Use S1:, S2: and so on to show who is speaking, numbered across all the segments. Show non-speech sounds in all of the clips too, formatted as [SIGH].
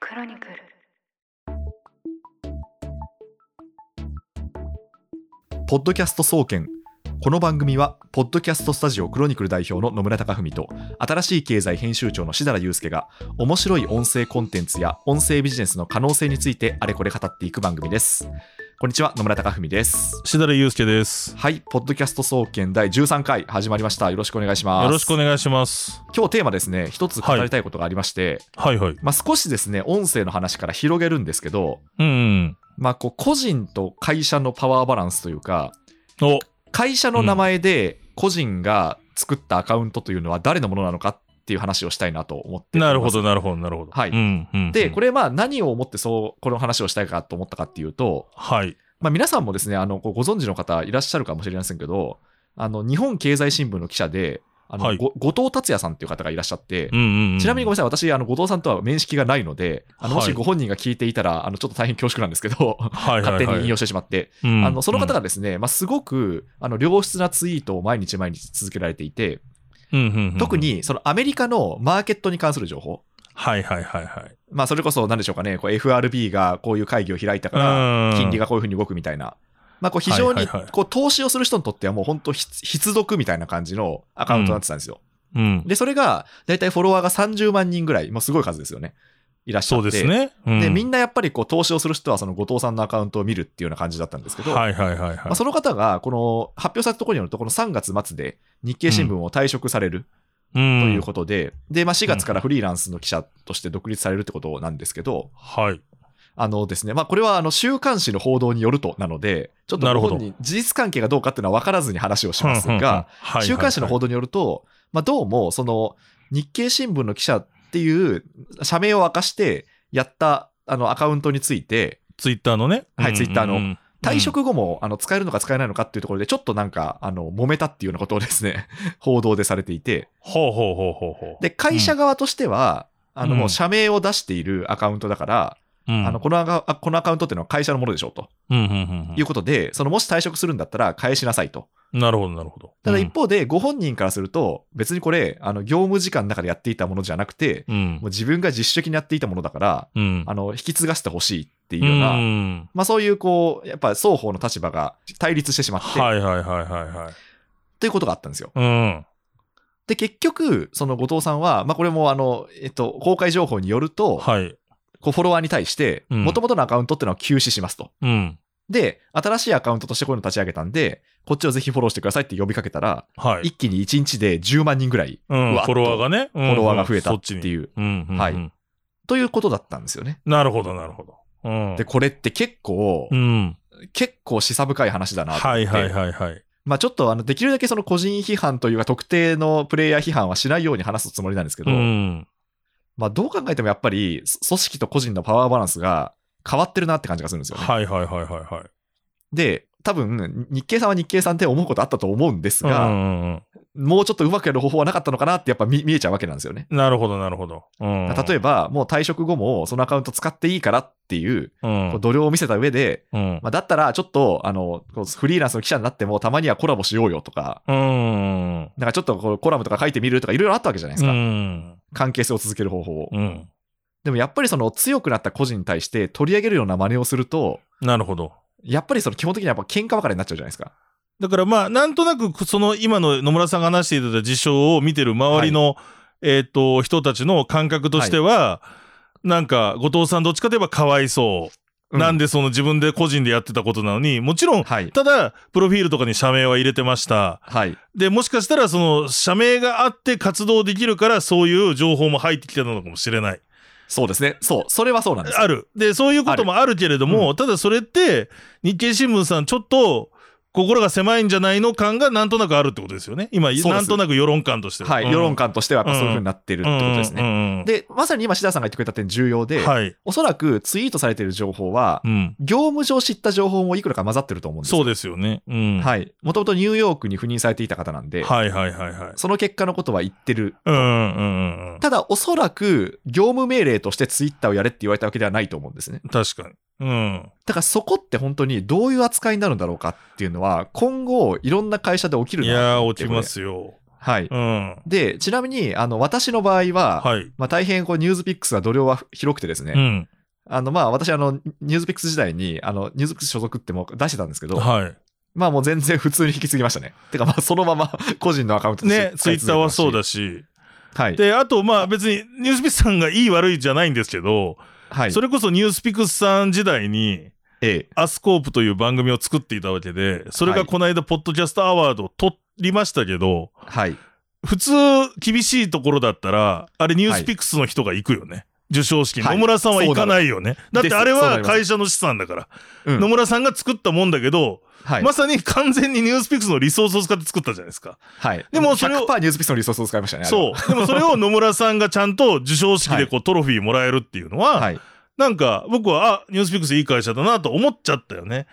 S1: クロニクル
S2: ポッドキャスト総研この番組はポッドキャストスタジオクロニクル代表の野村貴文と新しい経済編集長の志田祐介が面白い音声コンテンツや音声ビジネスの可能性についてあれこれ語っていく番組ですこんにちは野村貴文です
S3: しだれゆうすけです。
S2: はいポッドキャスト総研第13回始まりましたよろしくお願いします
S3: よろしくお願いします。
S2: 今日テーマですね一つ語りたいことがありまして、
S3: はいはい。
S2: まあ少しですね音声の話から広げるんですけど
S3: うん、うん。
S2: まあこう個人と会社のパワーバランスというか
S3: お、
S2: 会社の名前で個人が作ったアカウントというのは誰のものなのかっていう話をしたいなと思っています
S3: なるほど、なるほど、なるほど。
S2: はい
S3: うん、うん。
S2: でこ
S3: れ、
S2: れまあ何を思ってそうこの話をしたいかと思ったかっていうと、
S3: はい。
S2: まあ、皆さんもですねあのこうご存知の方いらっしゃるかもしれませんけどあの日本経済新聞の記者であの、
S3: はい
S2: ご後藤達也さんっていう方がいらっしゃって
S3: う、ん、うんうん。
S2: ちなみにごめんなさい私あの後藤さんとは面識がないのであのも
S3: は
S2: し
S3: い
S2: ご本人が聞いていたらあのちょっと大変恐縮なんですけど
S3: はいはいは
S2: 勝手
S3: い、
S2: に引用してしまって
S3: うん
S2: あのその方が、ですね、まあ、すごくあの良質なツイートを毎日毎日続けられていて、
S3: うんうんうんうん
S2: 特、にそのアメリカのマーケットに関する情報、
S3: はいはいはいはい。
S2: まあ、それこそ何でしょうかね、こう FRB がこういう会議を開いたから、
S3: うん
S2: 金利がこういうふうに動くみたいな、まあ、こう非常
S3: は
S2: に
S3: いはいはい
S2: こう投資をする人にとっては、もう本当、必必読みたいな感じのアカウントになってたんですよ。
S3: うん。
S2: で、それが大体フォロワーが30万人ぐらい、もうすごい数ですよね、いらっしゃ
S3: そ
S2: っ
S3: う
S2: て。
S3: ですね。うん
S2: でみんなやっぱりこう投資をする人は、その後藤さんのアカウントを見るっていうような感じだったんですけど、
S3: はいはいはいはい。
S2: まあ、その方が、この発表されたところによると、この3月末で日経新聞を退職されると
S3: とい
S2: いうことで、で、まあ、4月からフリーランスの記者として独立されるってことなんですけど、
S3: はい。
S2: あのですね、まあ、これはあの週刊誌の報道によるとなので、ちょっと
S3: なる
S2: ご
S3: ほど
S2: 本人、事実関係がどうかっていうのは分からずに話をします
S3: うんうんうん
S2: が、、週刊誌の報
S3: 方
S2: 道によると、まあ、どうも、その日経新聞の記者っていう社名を明かしてやったあのアカウントについて、
S3: ツイッターのね。
S2: はい
S3: うん
S2: Twitter の
S3: うんうん
S2: 退職後も、あの使えるのか使えないのかっていうところで、ちょっとなんか、あの、揉めたっていうようなことをですね、 [LAUGHS] 報道でされていて、
S3: ほうほうほうほうほう。
S2: で、会社側としては、あの、
S3: うん
S2: もう社名を出しているアカウントだから、
S3: うん、
S2: あの、このアカあこのアカウントっていうのは会社のものでしょうと
S3: うん、うんうん
S2: いうことで、その、もし退職するんだったら返しなさいと。
S3: うん。なるほど、なるほど。
S2: ただ一方で、ご本人からすると、別にこれ、あの、業務時間の中でやっていたものじゃなくて、
S3: うん
S2: もう、自分が自主的にやっていたものだから、
S3: うん。
S2: あの、引き継がせてほしいっていう
S3: う
S2: ような、
S3: ん
S2: まあそういう、こう、やっぱ双方の立場が対立してしまって、
S3: はいはいはいはいはい。
S2: ということがあったんですよ。
S3: うん。
S2: で、結局、その後藤さんは、まあ、これも、あの、えっと、公開情報によると、
S3: はい。
S2: こうフォロワーに対して、
S3: うん
S2: もともとのアカウントってのは休止しますと。
S3: うん。
S2: で、新しいアカウントとしてこういうの立ち上げたんで、こっちをぜひフォローしてくださいって呼びかけたら、
S3: はい。
S2: 一気に1日で10万人ぐらい、
S3: うん
S2: う
S3: フ
S2: わっと
S3: ォロワーがね、フ
S2: フォロワーが増えたっていう、
S3: うんうん
S2: はい
S3: うん
S2: ということだったんですよね。
S3: なるほど、なるほど。うん
S2: で、これって結構、
S3: うん。
S2: 結構示唆深い話だなと思っ
S3: は
S2: て。
S3: いはいはいはい。
S2: まあちょっと、あの、できるだけその個人批判というか、特定のプレイヤー批判はしないように話すつもりなんですけど、
S3: うん。
S2: まあ、どう考えてもやっぱりそ組織と個人のパワーバランスが変わってるなって感じがするんですよね。
S3: はいはいはいはいはい。
S2: で多分日経さんは日経さんって思うことあったと思うんです
S3: う
S2: が、
S3: んうんうん
S2: もうちょっとうまくやる方法はなかったのかなってやっぱ見見えちゃうわけなんですよね。
S3: なるほど、なるほど。うん。
S2: 例えばもう退職後もそのアカウント使っていいからっていう
S3: ば、う。
S2: こうん度量を見せた上で、
S3: うん
S2: まあ、だったらちょっとあのこうフリーランスの記者になってもたまにはコラボしようよとか。
S3: うん。
S2: なんかちょっとこうコラムとか書いてみるとかいろいろあったわけじゃないです
S3: う
S2: か、
S3: ん。
S2: 関係性を続ける方法を、
S3: うん。
S2: でもやっぱりその強くなった個人に対して取り上げるような真似をすると
S3: なるほど。
S2: やっぱりその基本的にはやっぱ喧嘩別れになっちゃうじゃないですか。
S3: だからまあ、なんとなく、その今の野村さんが話していただいた事象を見てる周りの、えっと、人たちの感覚としては、なんか、後藤さんどっちかといえばかわいそう。なん
S2: で、
S3: でその自分で個人でやってたことなのに、もちろん、
S2: はい。
S3: ただ、プロフィールとかに社名は入れてました。
S2: はい。
S3: で、もしかしたら、その、社名があって活動できるから、そういう情報も入ってきたのかもしれない。
S2: そうですね。そう。それはそうなんです。
S3: ある。で、そういうこともあるけれども、ただそれって、日経新聞さん、ちょっと、心が狭いんじゃないの感がなんとなくあるってことですよね。今、
S2: です
S3: なんとなく世論感としては。
S2: はい。世論観としてはやっぱそういうふうになってるってことですね。
S3: ね。
S2: で、まさに今、志田さんが言ってくれた点重要で、
S3: はい。
S2: おそらくツイートされてる情報は、
S3: うん。
S2: 業務上知った情報もいくらか混ざってると思うんですよ
S3: そうですよね。うん。は
S2: はい。もともとニューヨークに赴任されていた方なんで、
S3: いはいはいはい。
S2: その結果のことは言ってる。
S3: うんうんうんうん。
S2: ただ、おそらく、業務命令としてツイッターをやれって言われたわけではないと思うんですね。
S3: 確かに。うん。
S2: だからそこって本当にどういう扱いになるんだろうかっていうのは、今後、いろんな会社で起きる
S3: い
S2: なと
S3: や
S2: 思
S3: ー、
S2: って
S3: 落ちますよ。
S2: はい。
S3: うん。は
S2: で、ちなみに、あの、私の場合は、
S3: い。
S2: まあ、大変、こう、ニュースピックスは度量は広くてですね、
S3: うん。
S2: あの、まあ、私、あの、ニュースピックス時代に、あの、ニュースピックス所属ってもう出してたんですけど、
S3: は
S2: まあ、もう全然普通に引き継ぎましたね。 [LAUGHS] てか、まあ、そのま [LAUGHS] ま個人のアカウント
S3: い。
S2: として
S3: ね、ツイッターはそう
S2: だ。
S3: だし。
S2: はい。
S3: で、あと、まあ別に、ニュースピックスさんがいい悪いじゃないんですけど、
S2: はい。
S3: それこそニュースピックスさん時代に、
S2: ええ
S3: アスコープという番組を作っていたわけで、それ
S2: は
S3: が
S2: い
S3: この間、ポッドキャストアワードを取りましたけど、
S2: はい。
S3: 普通、厳しいところだったら、あれ、ニュースピックスの人が行くよね。授賞式に。
S2: はい
S3: 野村さんは行かないよね。
S2: な
S3: だっ
S2: る
S3: てあれ
S2: ですそうな
S3: は
S2: ります
S3: 会社の資産だから。
S2: うん
S3: 野村さんが作ったもんだけど、
S2: はい。
S3: まさに完全にニュースピックスのリソースを使って作ったじゃないですか。
S2: はい。
S3: でもそれを
S2: 100%ニュースピックスのリソースを使いましたね。あれは
S3: そう。でもそれを野村さんがちゃんと授賞式でこうトロフィーもらえるっていうのは、
S2: はい。
S3: なんか僕は、あ、ニュースピックスいい会社だなと思っちゃったよね。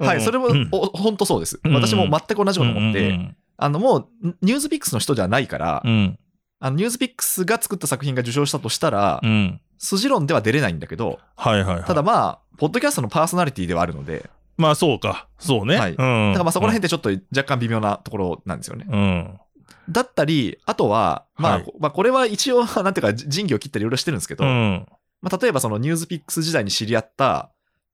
S2: は
S3: うん
S2: い。それも、
S3: うん
S2: おほんとそうです。
S3: うん
S2: 私も全く同じこと思っ
S3: う
S2: て、
S3: ん
S2: あの、もう、ニュースピックスの人じゃないから
S3: う、ん
S2: あのニュースピックスが作った作品が受賞したとしたら
S3: うん。う、ん。
S2: 筋論では出れないんだけど、
S3: はいはいはい。
S2: ただまあ、ポッドキャストのパーソナリティではあるので、
S3: まあそうか。そうね。
S2: はい
S3: うん。
S2: だからまあそこら辺ってちょっと若干微妙なところなんですよね。
S3: うん。
S2: だったり、あとは、まあ、
S3: はい
S2: まあこれは一応、なんていうか、じ仁義を切ったりいろいろしてるんですけど、
S3: うん。
S2: まあ、例えばそのニュースピックス時代に知り合った、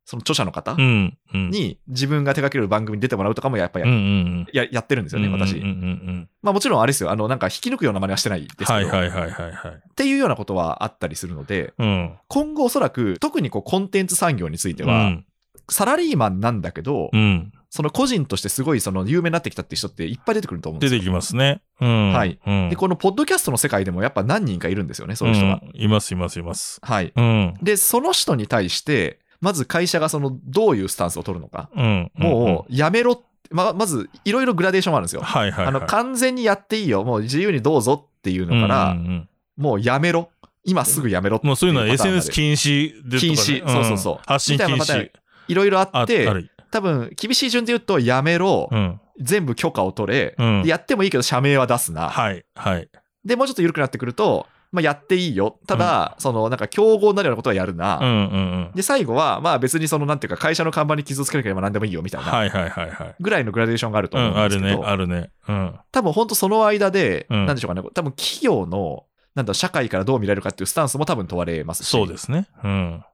S2: その著者の方
S3: うん。うん。
S2: に自分が手掛ける番組に出てもらうとかもやっぱ
S3: うんう
S2: や,、
S3: ん
S2: ややってるんです
S3: う
S2: よ
S3: ん。
S2: ね、私。
S3: うんうんうん
S2: まあもちろんあれですよ、あの、なんか引き抜くような真似はしてないです
S3: う
S2: け
S3: ん。
S2: ど、
S3: はいはいはいはいはい。
S2: っていうようなことはあったりするので、
S3: うん。
S2: 今後おそらく、特にこうコンテンツ産業については、
S3: うん
S2: サラリーマンなんだけど、
S3: うん。
S2: その個人としてすごいその有名になってきたっていう人っていっぱい出てくると思うんで
S3: 出
S2: すよ。
S3: てきますね。うん。
S2: はい。
S3: うん。
S2: で、このポッドキャストの世界でもやっぱ何人かいるんですよね、そういう人が。
S3: んいますいますいます。
S2: はい。
S3: うん。
S2: で、その人に対して、まず会社がそのどういうスタンスを取るのか、
S3: うん。
S2: もうやめろって、ままずいろいろグラデーションもあるんです
S3: うん、
S2: よ。
S3: はいはい、
S2: あ
S3: はい。
S2: の完全にやっていいよ、もう自由にどうぞっていうのか
S3: うん
S2: ら、
S3: うんうん
S2: もうやめろ、今すぐやめろってい
S3: もうそういうのは
S2: パターンまで
S3: SNS 禁止でとか、ね。
S2: 禁止
S3: ん
S2: そうそうそう
S3: 発信
S2: みたい
S3: 禁
S2: なパターン
S3: 止。
S2: いろいろあ
S3: あ
S2: っ
S3: あ
S2: て、
S3: る。
S2: 多分厳しい順で言うと、やめろ、
S3: うん。
S2: 全部許可を取れ、
S3: うん
S2: でやってもいいけど、社名は出すな、
S3: はいはい。
S2: でもうちょっと緩くなってくると、まあ、やっていいよ、ただ、そのなんか競合になるようなことはやるな。
S3: うんうんうん。
S2: で、最後は、まあ別にその、なんていうか、会社の看板に傷をつけなければ何でもいいよみたいな、
S3: はいはいはいはい。
S2: ぐらいのグラデーションがあると
S3: う
S2: 思うん
S3: ん、あ
S2: です
S3: る
S2: けど、
S3: ね、あるね。うん。
S2: 多分本当その間で、
S3: うん
S2: なんでしょうかね、多分企業の、なんだろう社会からどう見られるかっていうスタンスも多分問われますし、
S3: そうですね。うん。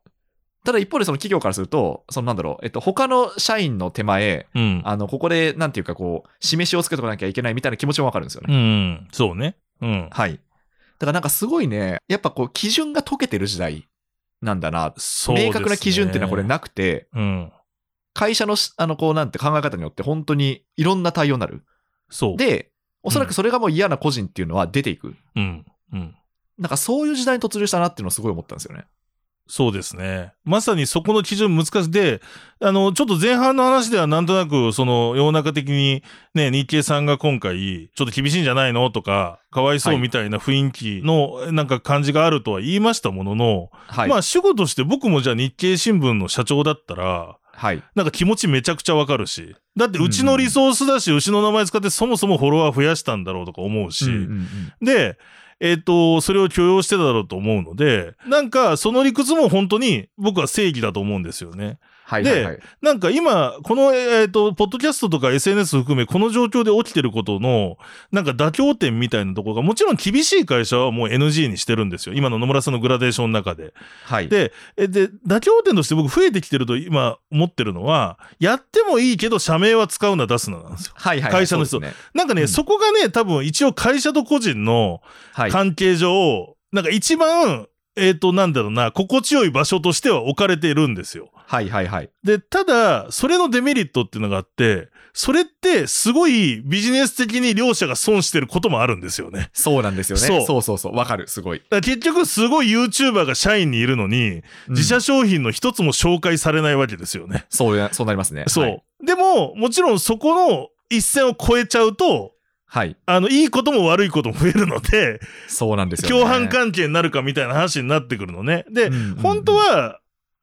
S2: ただ一方でその企業からすると、そのなんだろう、えっと、他の社員の手前、
S3: うん。
S2: あの、ここで、なんていうか、こう、示しをつけとかなきゃいけないみたいな気持ちもわかるんですよ
S3: う
S2: ね。
S3: ん。そうね。うん。
S2: はい。だからなんかすごいね、やっぱこう、基準が解けてる時代なんだな。
S3: そうですね
S2: 明確な基準っていうのはこれなくて、
S3: うん。
S2: 会社のし、あの、こうなんて考え方によって本当にいろんな対応になる。
S3: そう。、
S2: で、おそらくそれがもう嫌な個人っていうのは出ていく。
S3: うん。うん。
S2: なんかそういう時代に突入したなっていうのをすごい思ったんですよね。
S3: そうですね。まさにそこの基準難しい。で、あの、ちょっと前半の話ではなんとなく、その、世の中的に、ね、日経さんが今回、ちょっと厳しいんじゃないのとか、かわいそう
S2: はい
S3: みたいな雰囲気の、なんか感じがあるとは言いましたものの、
S2: はい。
S3: まあ、主語として僕もじゃあ日経新聞の社長だったら、
S2: はい。
S3: なんか気持ちめちゃくちゃわかるし。だってうちのリソースだし、うちの名前使ってそもそもフォロワー増やしたんだろうとか思うし。
S2: うんうんうん
S3: で、えっ、と、それを許容してただろうと思うので、なんかその理屈も本当に僕は正義だと思うんですよね。
S2: はいはいはい。
S3: なんか今、この、えっ、と、ポッドキャストとか SNS 含め、この状況で起きてることの、なんか妥協点みたいなところが、もちろん厳しい会社はもう NG にしてるんですよ。今の野村さんのグラデーションの中で。
S2: はい。
S3: でえで妥協点として僕増えてきてると今思ってるのはやってもいいけど社名は使うな出すななんですよ
S2: はいはいはい
S3: 会社の人
S2: そうですね。
S3: なんかね、
S2: うん
S3: そこがね多分一応会社と個人の
S2: はい。
S3: 関係上、なんか一番えっ、となんだろうな心地よい場所としては置かれてるんですよ
S2: はいはいはい。
S3: でただそれのデメリットっていうのがあってそれってすごいビジネス的に両者が損してることもあるんですよね
S2: そうなんですよね。
S3: そう
S2: そうそうそう。わかる。すごい。
S3: だから結局すごい YouTuber が社員にいるのに
S2: うん
S3: 自社商品の一つも紹介されないわけですよね、
S2: そうや、そうなりますね。
S3: そう。
S2: はい。
S3: でも、もちろんそこの一線を越えちゃうと、
S2: はい
S3: あの、いいことも悪いことも増えるので、
S2: [LAUGHS] そうなんですよ、ね。
S3: 共犯関係になるかみたいな話になってくるのね。で、
S2: うんうんうん
S3: 本当は、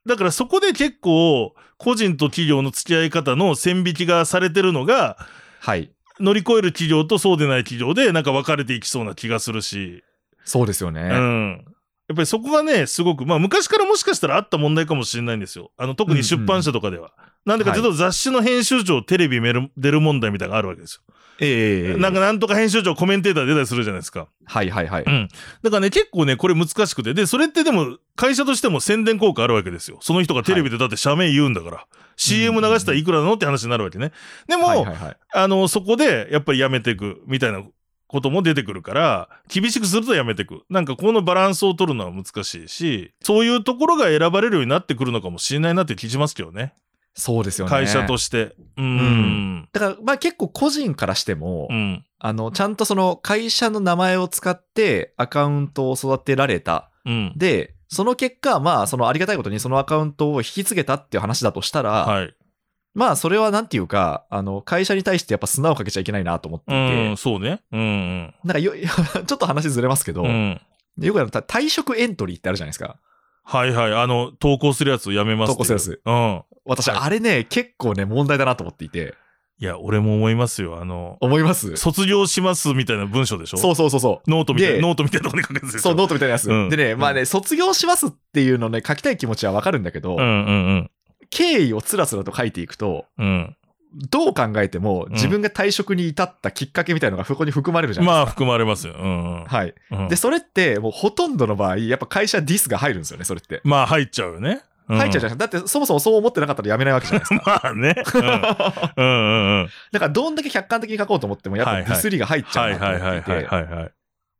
S3: だからそこで結構、個人と企業の付き合い方の線引きがされてるのが、
S2: はい。
S3: 乗り越える企業とそうでない企業で、なんか分かれていきそうな気がするし、
S2: そうですよね。
S3: うん。やっぱりそこがね、すごく、まあ昔からもしかしたらあった問題かもしれないんですよ。あの、特に出版社とかでは。なんでかというと、雑誌の編集長テレビメル出る問題みたいなのがあるわけです
S2: ええ
S3: よ。なんかなんとか編集長コメンテーター出たりするじゃないですか。
S2: はいはいはい。
S3: うん。だからね、結構ね、これ難しくて。で、それってでも、会社としても宣伝効果あるわけですよ。その人がテレビでだって社名言うんだから。CM 流したらいくらなのって話になるわけね。でも、
S2: はいはいはい。
S3: あの、そこで、やっぱりやめていく、みたいなことも出てくるから、厳しくするとやめていく。なんか、このバランスを取るのは難しいし、そういうところが選ばれるようになってくるのかもしれないなって気しますけどね。
S2: そうですよね。
S3: 会社と
S2: して。
S3: して。うん。
S2: だから、まあ結構個人からしても、
S3: うん。
S2: あの、ちゃんとその会社の名前を使ってアカウントを育てられた。
S3: うん。
S2: で、その結果、まあ、そのありがたいことにそのアカウントを引き継げたっていう話だとしたら、
S3: はい。
S2: まあ、それはなんていうか、あの、会社に対してやっぱ砂をかけちゃいけないなと思っていうて、
S3: ん、そうね。うん
S2: なんかよ、 [LAUGHS] ちょっと話ずれますけど、
S3: うん。うん。
S2: よくあのた退職エントリーってあるじゃないですか。
S3: はいはい。あの、投稿するやつをやめますっていう。
S2: 投稿するやつ
S3: うん。
S2: 私、
S3: はい
S2: あれね、結構ね、問題だなと思っていて、
S3: いや、俺も思いますよ。あの、
S2: 思います
S3: 卒業しますみたいな文章でしょ。
S2: そううそうそうそう。
S3: ノートみたい
S2: で
S3: な、ノートみたいなとこに書くやつでしょ
S2: そう、ノートみたいなやつ。
S3: うん
S2: でね、まあ
S3: う
S2: ね、卒業しますっていうのね、書きたい気持ちはわかるんだけど、
S3: うんうんうん。
S2: 経緯をつらつらと書いていくと、
S3: うん。
S2: どう考えても
S3: ん
S2: 自分が退職に至ったきっかけみたいのがそこに含まれるじゃない
S3: ま
S2: で
S3: あ、含まれますよ。うん、
S2: すか。はい。
S3: うん。うん
S2: で、それって、もうほとんどの場合、やっぱ会社ディスが入るんですよね、それって。
S3: まあ、入っちゃうよね。
S2: 入っちゃうじ
S3: ゃ
S2: ゃん。だって、そもそもそう思ってなかったら辞めないわけじゃな
S3: [LAUGHS]
S2: いですか。
S3: まあね。うん。うんうん
S2: [LAUGHS]
S3: うん。
S2: だから、どんだけ客観的に書こうと思っても、やっぱディスりが入っちゃ
S3: は
S2: う
S3: い
S2: なと
S3: はいは
S2: 思
S3: い
S2: って
S3: はい
S2: いて。
S3: はいはい。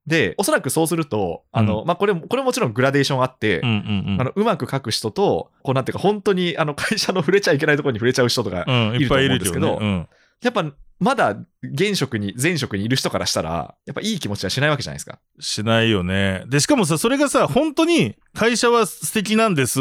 S2: で、おそらくそうすると、あの、まあ、これも、これもちろんグラデーションあって、
S3: うんうんうん。
S2: あのうまく書く人と、こうなんていうか、本当にあの会社の触れちゃいけないところに触れちゃう人とか、
S3: うん、いっぱいいるけ
S2: いると
S3: ど、
S2: 思う
S3: ね。
S2: やっぱまだ現職に、前職にいる人からしたら、やっぱいい気持ちはしないわけじゃないですか。
S3: うん。しないよね。で、しかもさ、それがさ、本当に会社は素敵なんです。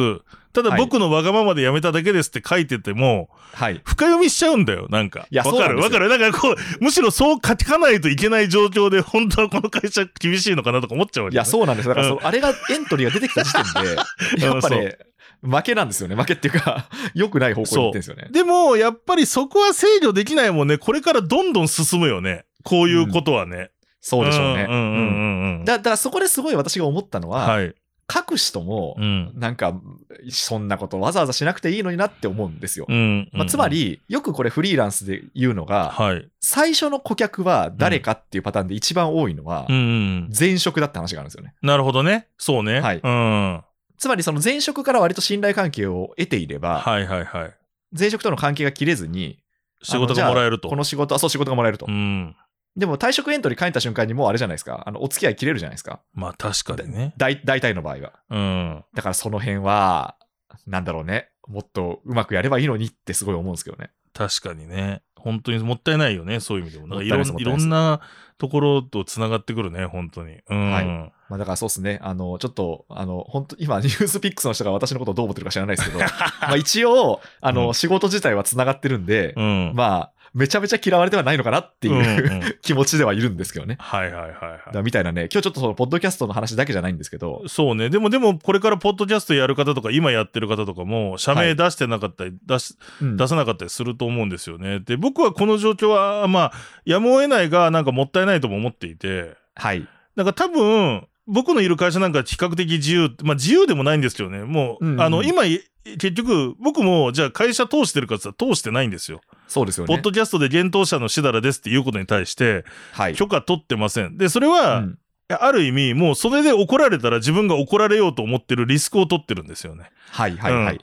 S3: ただ
S2: はい
S3: 僕のわがままで辞めただけですって書いてても、
S2: はい。
S3: 深読みしちゃうんだよ、なんか。
S2: いや
S3: わかる
S2: そ
S3: わ
S2: うなんです
S3: かる。なんかこう、むしろそう書かないといけない状況で、本当はこの会社厳しいのかなとか思っちゃうわ
S2: い
S3: け、ね。
S2: や、そうなんです。だからその、
S3: う
S2: あれが、エントリーが出てきた時
S3: [LAUGHS]
S2: 点で、やっぱね、負けなんですよね。負けっていうか、良くない方向に行ってんですよね。
S3: でも、やっぱりそこは制御できないもんね。これからどんどん進むよね。こういうことはね。
S2: そうでしょうね。
S3: んうん
S2: うん
S3: うんうん。
S2: だだからそこですごい私が思ったのは、
S3: はい。
S2: 書く人も、
S3: うん。
S2: なんか、そんなことわざわざしなくていいのになって思うんですよ。
S3: うん。
S2: まあ、つま、り、よくこれフリーランスで言うのが、
S3: はい。
S2: 最初の顧客は誰かっていうパターンで一番多いのは
S3: うん、うん。
S2: 前職だって話があるんですよね。
S3: なるほどね。そうね。
S2: はい
S3: うん。
S2: つまりその前職から割と信頼関係を得ていれば、
S3: はいはいはい。
S2: 前職との関係が切れずに、
S3: 仕事がもらえると。
S2: この仕事はそう仕事がもらえると。
S3: うん。
S2: でも退職エントリー書いた瞬間にもうあれじゃないですか、あのお付き合い切れるじゃないですか。
S3: まあ確かにね。
S2: 大大体の場合は。
S3: うん。
S2: だからその辺は、なんだろうね、もっとうまくやればいいのにってすごい思うんですけどね。
S3: 確かにね。本当にもったいないよね。そういう意味でも。なんかいろん
S2: もったいない
S3: い
S2: ですもったいない
S3: ろ
S2: です
S3: んなところとつながってくるね。本当に。うん。
S2: はまあ、だからそうですね、あの、ちょっと、あの、本当今、ニュースピックスの人が私のことをどう思ってるか知らないですけど、まあ一応、あの、
S3: うん
S2: 仕事自体は繋がってるんで、
S3: うん。っ
S2: まあ、めちゃめちゃ嫌われてはないのかなっていう、
S3: んうん
S2: [LAUGHS] 気持ちではいるんですけどね。
S3: はいはいはい
S2: だ
S3: は
S2: からみたいなね、今日ちょっとそのポッドキャストの話だけじゃないんですけど
S3: い。、そうね。でもでも、これからポッドキャストやる方とか、今やってる方とかも、社
S2: は
S3: 名
S2: い
S3: 出してなかったり、出し、
S2: うん
S3: 出さなかったりすると思うんですよね。で、僕はこの状況は、まあ、やむを得ないが、なんかもったいないとも思っていて、
S2: はい。
S3: なんか多分、僕のいる会社なんか比較的自由、まあ自由でもないんですけどね、もう、
S2: うんうん
S3: あの、今、い結局、僕も、じゃあ会社通してるかって言ったら通してないんですよ。
S2: そうですよ
S3: ポ
S2: ね。
S3: ッドキャストで幻冬者のしだらですっていうことに対して、
S2: はい。
S3: 許可取ってません。で、それは、
S2: うん
S3: ある意味、もうそれで怒られたら自分が怒られようと思ってるリスクを取ってるんですよね。
S2: はいはいはい。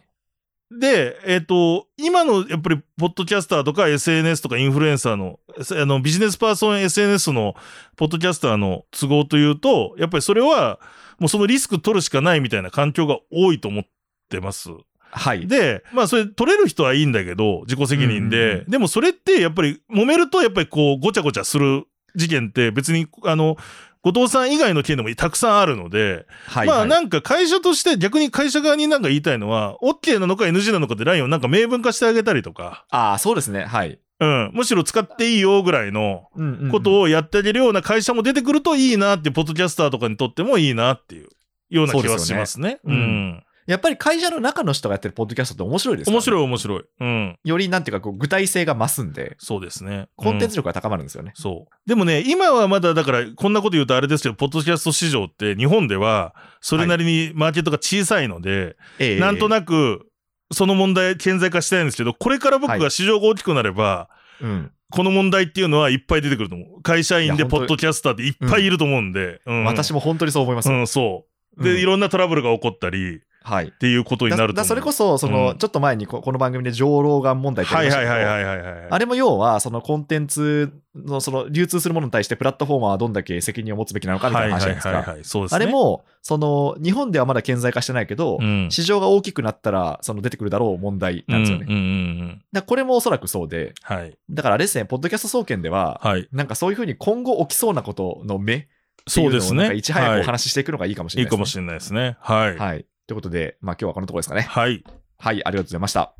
S3: で、えっ、と、今のやっぱり、ポッドキャスターとか SNS とかインフルエンサーの、せあの、ビジネスパーソン SNS の、ポッドキャスターの都合というと、やっぱりそれは、もうそのリスク取るしかないみたいな環境が多いと思ってます。
S2: はい。
S3: で、まあそれ取れる人はいいんだけど、自己責任
S2: うん
S3: で、
S2: うんうん
S3: でもそれってやっぱり揉めるとやっぱりこうごちゃごちゃする事件って別に、あの、後藤さん以外の件でもたくさんあるので、
S2: はい。
S3: まあ
S2: はい
S3: なんか会社として逆に会社側になんか言いたいのは、OK なのか NG なのかってラインをなんか明文化してあげたりとか、
S2: ああ、そうですね。はい。
S3: うん、むしろ使っていいよぐらいの
S2: うんうんうん
S3: ことをやってあげるような会社も出てくるといいなって、ポッドキャスターとかにとってもいいなっていうような気はしますね。
S2: そうですよ
S3: う
S2: ね
S3: ん。
S2: やっぱり会社の中の人がやってるポッドキャストって面白いですからね
S3: 面白い面白い。うん。
S2: よりなんていうか、こう具体性が増すんで、
S3: そうですね。
S2: コンテン
S3: ツ
S2: ツ力が高まるんですよね。
S3: そう。でもね、今はまだだから、こんなこと言うとあれですけど、ポッドキャスト市場って日本では、それなりにマーケットが小さいので、
S2: ええ
S3: なんとなく、その問題顕在化してないんですけど、これから僕
S2: は
S3: が市場が大きくなれば、
S2: うん、
S3: この問題っていうのはいっぱい出てくると思う。会社員
S2: いや
S3: で
S2: 本
S3: ポ
S2: 当
S3: ッドキャスターっていっぱいいると思うんで。うん、
S2: 私も本当にそう思います。
S3: うん、そう。で、
S2: うん
S3: いろんなトラブルが起こったりっ
S2: はい。
S3: ていうことにな
S2: だ
S3: ると思う。
S2: だそれこそ、その、
S3: うん
S2: ちょっと前にここの番組で上老眼問題ってあ
S3: は
S2: り
S3: い
S2: まし
S3: は
S2: た
S3: い
S2: けど
S3: はいはいはいはい。
S2: あれも要は、そのコンテンツの、その流通するものに対してプラットフォーマーはどんだけ責任を持つべきなのかみたいな話じゃないです
S3: はいはい
S2: か。
S3: はいはい。そうですね。
S2: あれ、も、その、日本ではまだ顕在化してないけど
S3: う、ん。
S2: 市場が大きくなったら、その出てくるだろう問題なんですよね。だ
S3: う
S2: か
S3: んうんうんうん。
S2: らこれもおそらくそうで、
S3: はい。
S2: だからあれですね、ポッドキャスト総研では、
S3: はい。
S2: なんかそういうふうに今後起きそうなことの目ってい
S3: そううで
S2: の
S3: す
S2: をなんか
S3: ね。
S2: いち早くお
S3: はい
S2: 話ししていくのがいいかもし
S3: い
S2: れ
S3: い
S2: ないです、
S3: か
S2: ね。
S3: もしれないですね。はい。
S2: はい。ということで、まあ今日はこのところですかね。
S3: はい。
S2: はい、ありがとうございました。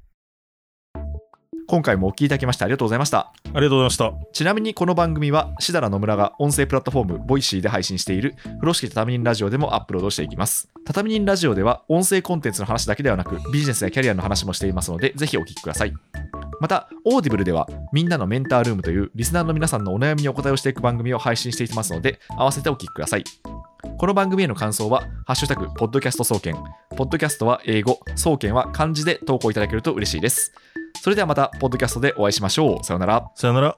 S2: 今回もお聞きいただきましてありがとうございました。
S3: ありがとうございました。
S2: ちなみにこの番組は、しだら野村が音声プラットフォーム、ボイシーで配信している、風呂敷畳人ラジオでもアップロードしていきます。畳人ラジオでは、音声コンテンツの話だけではなく、ビジネスやキャリアの話もしていますので、ぜひお聞きください。また、オーディブルでは、みんなのメンタールームという、リスナーの皆さんのお悩みにお答えをしていく番組を配信していきますので、合わせてお聞きください。この番組への感想は、ハッシュタグ、ポッドキャスト総研、ポッドキャストは英語、総研は漢字で投稿いただけると嬉しいです。それではまた、ポッドキャストでお会いしましょう。さようなら。
S3: さよなら。